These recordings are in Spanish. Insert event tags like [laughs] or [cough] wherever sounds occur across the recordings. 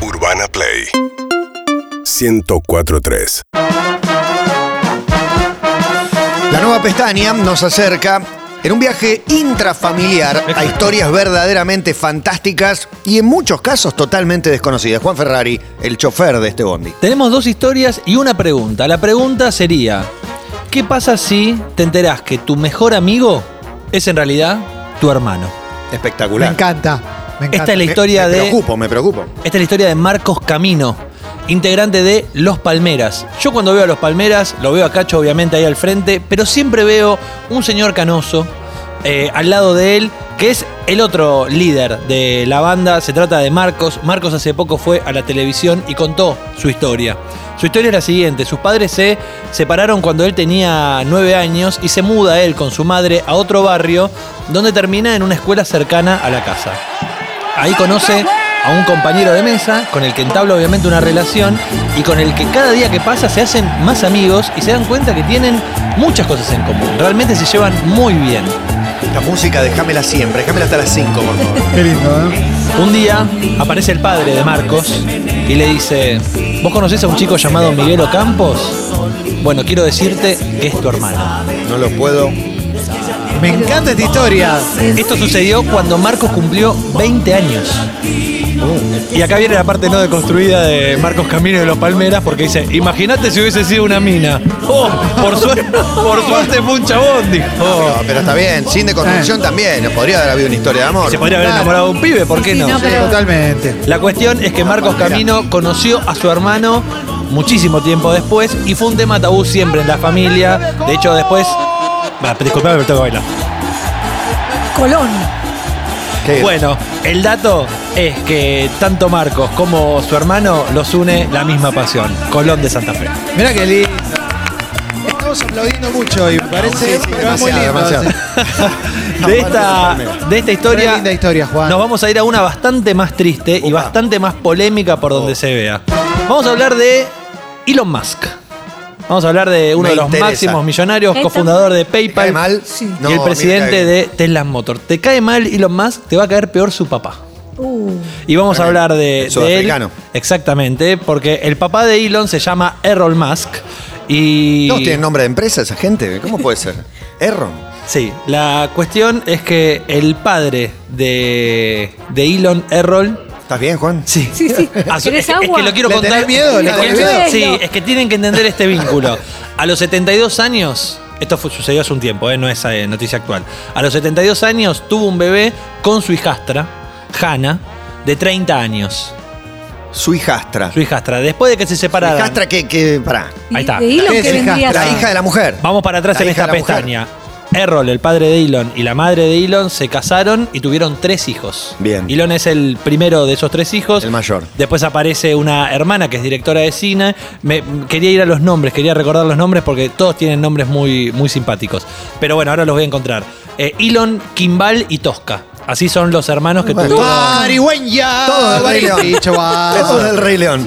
Urbana Play 1043 La nueva pestaña nos acerca en un viaje intrafamiliar a historias verdaderamente fantásticas y en muchos casos totalmente desconocidas. Juan Ferrari, el chofer de este bondi. Tenemos dos historias y una pregunta. La pregunta sería, ¿qué pasa si te enterás que tu mejor amigo es en realidad tu hermano? Me Espectacular. encanta. Me encanta. Esta es la historia me de preocupo, me preocupo. esta es la historia de Marcos Camino, integrante de Los Palmeras. Yo cuando veo a Los Palmeras, lo veo a Cacho obviamente ahí al frente, pero siempre veo un señor canoso eh, al lado de él, que es el otro líder de la banda. Se trata de Marcos. Marcos hace poco fue a la televisión y contó su historia. Su historia es la siguiente. Sus padres se separaron cuando él tenía nueve años y se muda él con su madre a otro barrio donde termina en una escuela cercana a la casa. Ahí conoce a un compañero de mesa con el que entabla obviamente una relación y con el que cada día que pasa se hacen más amigos y se dan cuenta que tienen muchas cosas en común. Realmente se llevan muy bien. Esta música, déjamela siempre, déjamela hasta las 5, por favor. Qué lindo, ¿eh? Un día aparece el padre de Marcos y le dice, ¿vos conocés a un chico llamado Miguel Ocampos? Bueno, quiero decirte que es tu hermano. No lo puedo. Me encanta esta historia. Esto sucedió cuando Marcos cumplió 20 años. Uh, Y acá viene la parte no deconstruida de Marcos Camino de los Palmeras, porque dice, imagínate si hubiese sido una mina. Oh, por suerte, por suerte fue un chabón, dijo. No, pero está bien, sin deconstrucción también. Nos podría haber habido una historia de amor. Ah. Se podría haber enamorado de un pibe, ¿por qué Sí, no? no, pero- Totalmente. La cuestión es que Marcos Camino conoció a su hermano muchísimo tiempo después y fue un tema tabú siempre en la familia. De hecho, después... Va, disculpame, pero tengo que bailar. Colón. ¿Qué? Bueno, el dato es que tanto Marcos como su hermano los une la misma pasión, Colón de Santa Fe. Mirá qué lindo. Estamos aplaudiendo mucho y parece Sí, sí, pero muy demasiado, lindo. demasiado. De esta, de esta Qué historia, linda historia, Juan. nos vamos a ir a una bastante más triste y bastante más polémica por Oh. donde se vea. Vamos a hablar de Elon Musk. Vamos a hablar de uno Me de los interesa. máximos millonarios, Esta- cofundador de ¿Te cae PayPal mal? Sí. y el presidente de Tesla Motor. ¿Te cae mal Elon Musk? Te va a caer peor su papá. Uh, Y vamos a hablar de, de él. Sudafricano. Exactamente, porque el papá de Elon se llama Errol Musk. Y. ¿No tienen nombre de empresa esa gente? ¿Cómo puede ser? Erron. Sí, la cuestión es que el padre de, de Elon Errol. ¿Estás bien, Juan? Ah, Sí. sí, [laughs] sí. A su- ¿Querés es, es agua? que lo quiero ¿Le contar. tenés miedo? ¿Le Es tenés que- miedo? Sí, es que tienen que entender este vínculo. A los 72 años, esto fue- sucedió hace un tiempo, eh, no es eh, noticia actual. A los 72 años tuvo un bebé con su hijastra, Hannah, de 30 años. Su hijastra. Su hijastra. Después de que se separaran. Hijastra que, que pará. ¿Y Ahí está. ¿De Elon ¿Qué que es vendría hijastra? La hija de la mujer. Vamos para atrás La en hija esta de la mujer. pestaña. Errol, el padre de Elon, y la madre de Elon se casaron y tuvieron tres hijos. Bien. Elon es el primero de esos tres hijos. El mayor. Después aparece una hermana que es directora de cine. Me, quería ir a los nombres, quería recordar los nombres porque todos tienen nombres muy, muy simpáticos. Pero bueno, ahora los voy a encontrar. Eh, Elon, Kimball y Tosca. Así son los hermanos que Bueno. tuvieron. Marihuana. Todo del Rey Marihuana. León. Dicho, va. Todo del Rey León.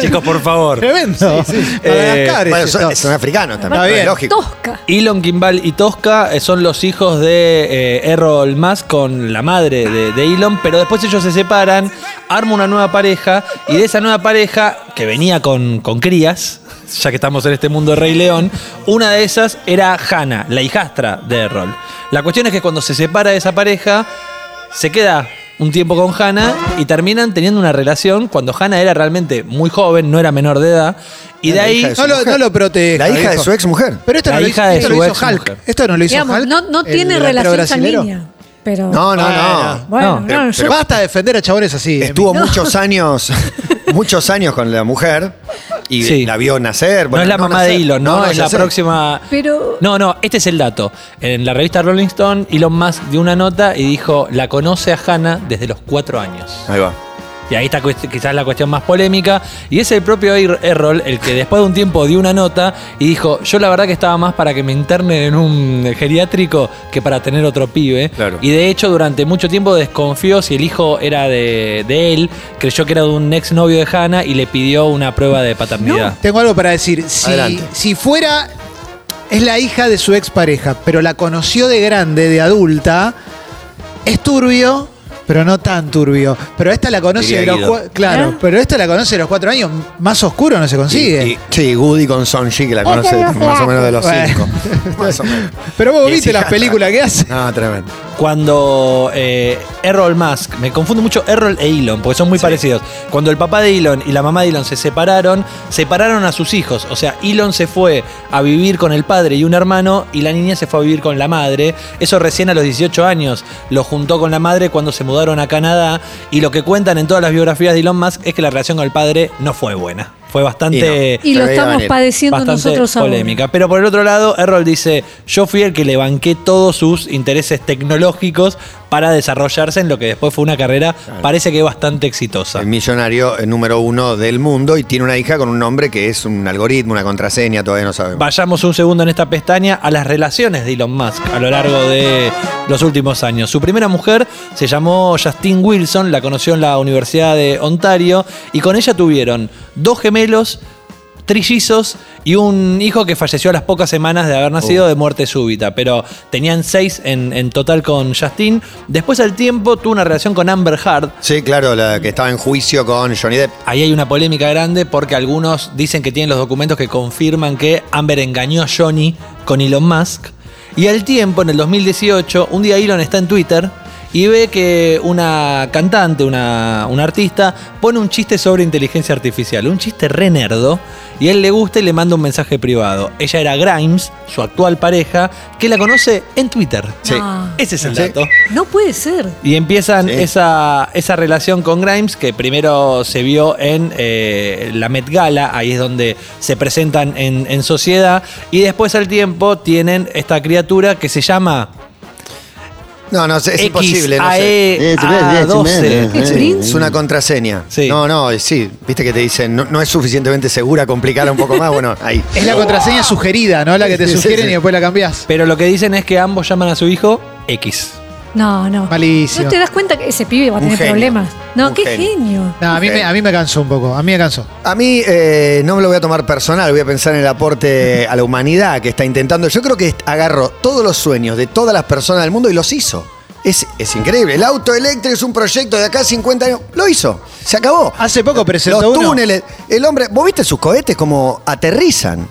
Chicos, por [laughs] favor. Tremendo. Madagascar es Eh, Bueno, esto. son, son africanos también. Está es bien. Lógico. Tosca. Elon, Kimball y Tosca eh, son los hijos de eh, Errol Musk con la madre de, de Elon, pero después ellos se separan, arma una nueva pareja y de esa nueva pareja, que venía con, con crías, [laughs] ya que estamos en este mundo de Rey León, una de esas era Hannah, la hijastra de Errol. La cuestión es que cuando se separa de esa pareja, se queda un tiempo con Hannah y terminan teniendo una relación cuando Hannah era realmente muy joven, no era menor de edad, y de Era ahí... hija de su No lo, mujer. no lo proteja. La hija de viejo. su ex mujer. Pero esto La no lo, hija hizo- de esto su lo ex hizo Hulk. mujer. Esto no lo hizo Digamos, Hulk. no, no el tiene delantero relación brasilero. sanguínea. Pero. No, no, no. Bueno. Bueno, No, no, pero- yo- pero- Basta de defender a chabones así. Emi. Estuvo muchos años, muchos años con la mujer y Sí. la vio nacer. no Bueno, es la mamá nacer. de Elon, ¿no? es la nacer. próxima. Pero- No, no, este es el dato. En la revista Rolling Stone, Elon Musk dio una nota y dijo: La conoce a Hannah desde los cuatro años. Ahí va. Y ahí está cuest- quizás la cuestión más polémica. Y es el propio Er- Errol el que después de un tiempo dio una nota y dijo: Yo la verdad que estaba más para que me internen en un geriátrico que para tener otro pibe. Claro. Y de hecho, durante mucho tiempo desconfió si el hijo era de, de él, creyó que era de un exnovio de Hannah y le pidió una prueba de paternidad. Tengo algo para decir. Si, Adelante. si fuera. Es la hija de su expareja, pero la conoció de grande, de adulta. Es turbio pero no tan turbio. Pero esta la conoce Diría de los Guido. cua- claro, ¿Eh? pero pero esta la conoce de los cuatro años, más oscuro no se consigue. Y- y- sí, Woody con Son G, que la conoce no se más o hace. menos de los Bueno. cinco. Más o menos. Pero vos Y viste las exijata. películas que hace. No, tremendo. Cuando eh, Errol Musk, me confundo mucho Errol e Elon, porque son muy parecidos. Cuando el papá de Elon y la mamá de Elon se separaron, separaron a sus hijos. O sea, Elon se fue a vivir con el padre y un hermano y la niña se fue a vivir con la madre. Eso recién a los 18 años lo juntó con la madre cuando se mudaron a Canadá. Y lo que cuentan en todas las biografías de Elon Musk es que la relación con el padre no fue buena. Fue bastante Y Pero ahí va lo a estamos venir. padeciendo bastante nosotros ahora. polémica. Pero por el otro lado, Errol dice, yo fui el que le banqué todos sus intereses tecnológicos para desarrollarse en lo que después fue una carrera, parece que bastante exitosa. El millonario eh, número uno del mundo y tiene una hija con un nombre que es un algoritmo, una contraseña, todavía no sabemos. Vayamos un segundo en esta pestaña a las relaciones de Elon Musk a lo largo de los últimos años. Su primera mujer se llamó Justine Wilson, la conoció en la Universidad de Ontario y con ella tuvieron dos gemelos, trillizos y un hijo que falleció a las pocas semanas de haber nacido de muerte súbita. Pero tenían seis en, en total con Justine. Después al tiempo tuvo una relación con Amber Heard, Sí, claro, la que estaba en juicio con Johnny Depp. Ahí hay una polémica grande porque algunos dicen que tienen los documentos que confirman que Amber engañó a Johnny con Elon Musk. Y al tiempo, en el 2018, un día Elon está en Twitter y ve que una cantante, una, una artista, pone un chiste sobre inteligencia artificial, un chiste re nerdo, y a él le gusta y le manda un mensaje privado. Ella era Grimes, su actual pareja, que la conoce en Twitter. Sí. Ah. Ese es el Sí. dato. No puede ser. Y empiezan Sí. esa, esa relación con Grimes, que primero se vio en eh, la Met Gala, ahí es donde se presentan en, en sociedad, y después al tiempo tienen esta criatura que se llama No, no, es, es imposible. E, No sé. E It's Eh, Prince. eh, Es una contraseña. Sí. No, no, eh, sí. Viste que te dicen, no, no es suficientemente segura, complicar un poco más. Bueno, ahí. Es la contraseña sugerida, ¿no? La que te Oh. Sí, sí, sugieren sí. y después la cambiás. Pero lo que dicen es que ambos llaman a su hijo X. No, no. Malísimo. ¿No te das cuenta que ese pibe va a Un tener genio. problemas? No, Un qué genio. genio. No, a, mí Ok. me, a mí me cansó un poco, a mí me cansó. A mí eh, no me lo voy a tomar personal, voy a pensar en el [laughs] aporte a la humanidad que está intentando. Yo creo que agarró todos los sueños de todas las personas del mundo y los hizo. Es, es increíble. El auto eléctrico es un proyecto de acá a 50 años. Lo hizo. Se acabó. Hace poco presentó Los uno. túneles. El hombre. ¿Vos viste sus cohetes como aterrizan?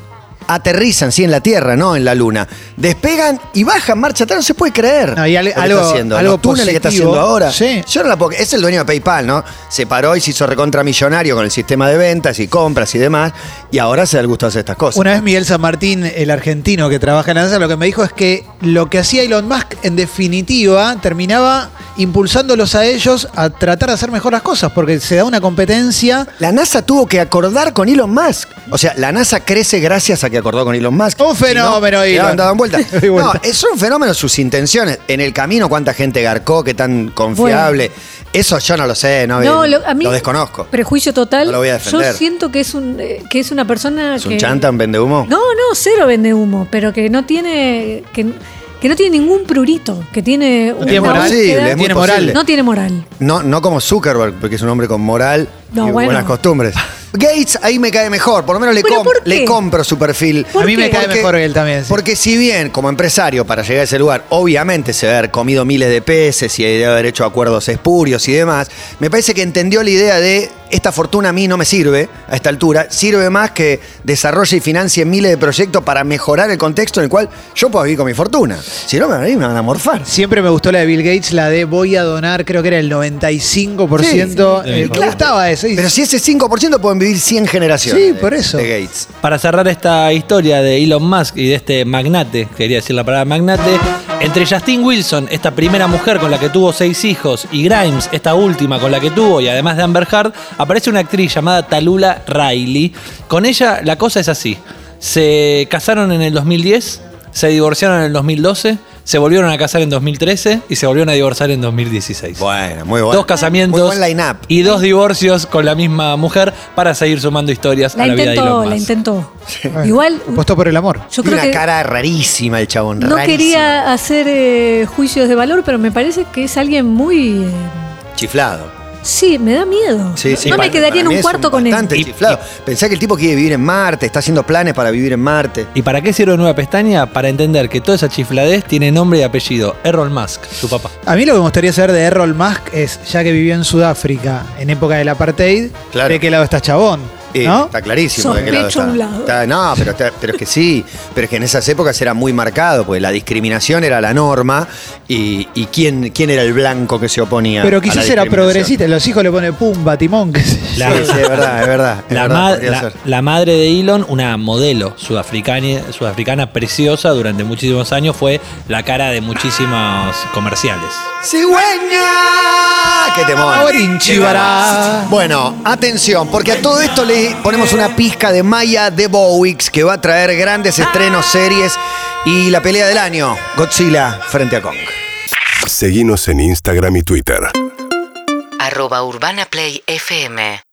Aterrizan, sí, en la Tierra, no en la Luna. Despegan y bajan marcha atrás. No se puede creer. No, y al- lo que algo- está haciendo. algo Los túneles que está positivo. haciendo ahora. Sí. Yo no la puedo- Es el dueño de PayPal, ¿no? Se paró y se hizo recontramillonario con el sistema de ventas y compras y demás. Y ahora se da el gusto de hacer estas cosas. Una vez Miguel San Martín, el argentino que trabaja en la NASA, lo que me dijo es que lo que hacía Elon Musk, en definitiva, terminaba impulsándolos a ellos a tratar de hacer mejor las cosas, porque se da una competencia. La NASA tuvo que acordar con Elon Musk. O sea, la NASA crece gracias a que acordó con Elon Musk. Un Si no, fenómeno, le Elon. daban- daban [laughs] vuelta. Doy No, vuelta. es un fenómeno sus intenciones. En el camino, cuánta gente garcó, qué tan confiable. Eso yo no lo sé, no, No, lo, lo, a mí, desconozco. Prejuicio total. No lo voy a defender. Yo siento que es un eh, que es una persona ¿Es que un chanta, un vendehumo? No, no, cero vende humo, pero que no tiene que, que no tiene ningún prurito, que tiene una tiene moral. búsqueda- Posible, es muy Tiene moral. posible. No tiene moral. No, no como Zuckerberg, porque es un hombre con moral No, y bueno. buenas [laughs] costumbres. Gates ahí me cae mejor, por lo menos le, Pero com- ¿por qué? le compro su perfil. ¿Por a mí me qué? cae Porque- mejor él también. sí. Porque si bien como empresario para llegar a ese lugar, obviamente se debe haber comido miles de peces y debe haber hecho acuerdos espurios y demás, me parece que entendió la idea de esta fortuna a mí no me sirve a esta altura, sirve más que desarrolle y financie miles de proyectos para mejorar el contexto en el cual yo puedo vivir con mi fortuna. Si no, me van a ir, me van a morfar. Siempre me gustó la de Bill Gates, la de voy a donar, creo que era el 95%. Sí, sí. eh, Sí, me gustaba eso. y- Pero si ese 5% pueden vivir 100 generaciones. Sí, de- por eso. De Gates. Para cerrar esta historia de Elon Musk y de este magnate, quería decir la palabra magnate, entre Justine Wilson, esta primera mujer con la que tuvo seis hijos, y Grimes, esta última con la que tuvo, y además de Amber Heard, aparece una actriz llamada Talula Riley. Con ella la cosa es así. Se casaron en el 2010, se divorciaron en el 2012, se volvieron a casar en 2013 y se volvieron a divorciar en 2016. Bueno, muy bueno. Dos casamientos Muy buen line-up. y dos divorcios con la misma mujer para seguir sumando historias La a la vida de Elon intentó, Musk. la intentó. Bueno, Igual Apostó por el amor. yo Y creo una que cara rarísima el chabón. no rarísima. quería hacer eh, juicios de valor, pero me parece que es alguien muy eh, Chiflado. Sí, me da miedo. Sí, sí, no me para- quedaría en para mí un es cuarto con él. bastante Y- chiflado. Pensá que el tipo quiere vivir en Marte, está haciendo planes para vivir en Marte. ¿Y para qué sirve nueva pestaña? Para entender que toda esa chifladez tiene nombre y apellido. Errol Musk, su papá. A mí lo que me gustaría saber de Errol Musk es, ya que vivió en Sudáfrica en época del apartheid, Claro. ¿de qué lado está Chabón? Eh, ¿no? Está clarísimo de qué lado Sospecho está. un lado. Está- No, pero, está- pero es que sí. Pero es que en esas épocas era muy marcado, pues la discriminación era la norma y, y quién, quién era el blanco que se oponía. a Pero la quizás era discriminación. progresista, los hijos le ponen pumba, timón, qué sé yo. Sí, sí, es verdad, es verdad. es La, verdad, ma- podría la- ser. la madre de Elon, una modelo sudafricana, sudafricana preciosa durante muchísimos años, fue la cara de muchísimos comerciales. ¡Cigüeña! ¡Qué temor! Orinchi bará. Bueno, atención, porque a todo esto le ponemos una pizca de Maya de Bowix que va a traer grandes estrenos, series y la pelea del año, Godzilla frente a Kong. Seguimos en Instagram y Twitter. arroba urbanaplayfm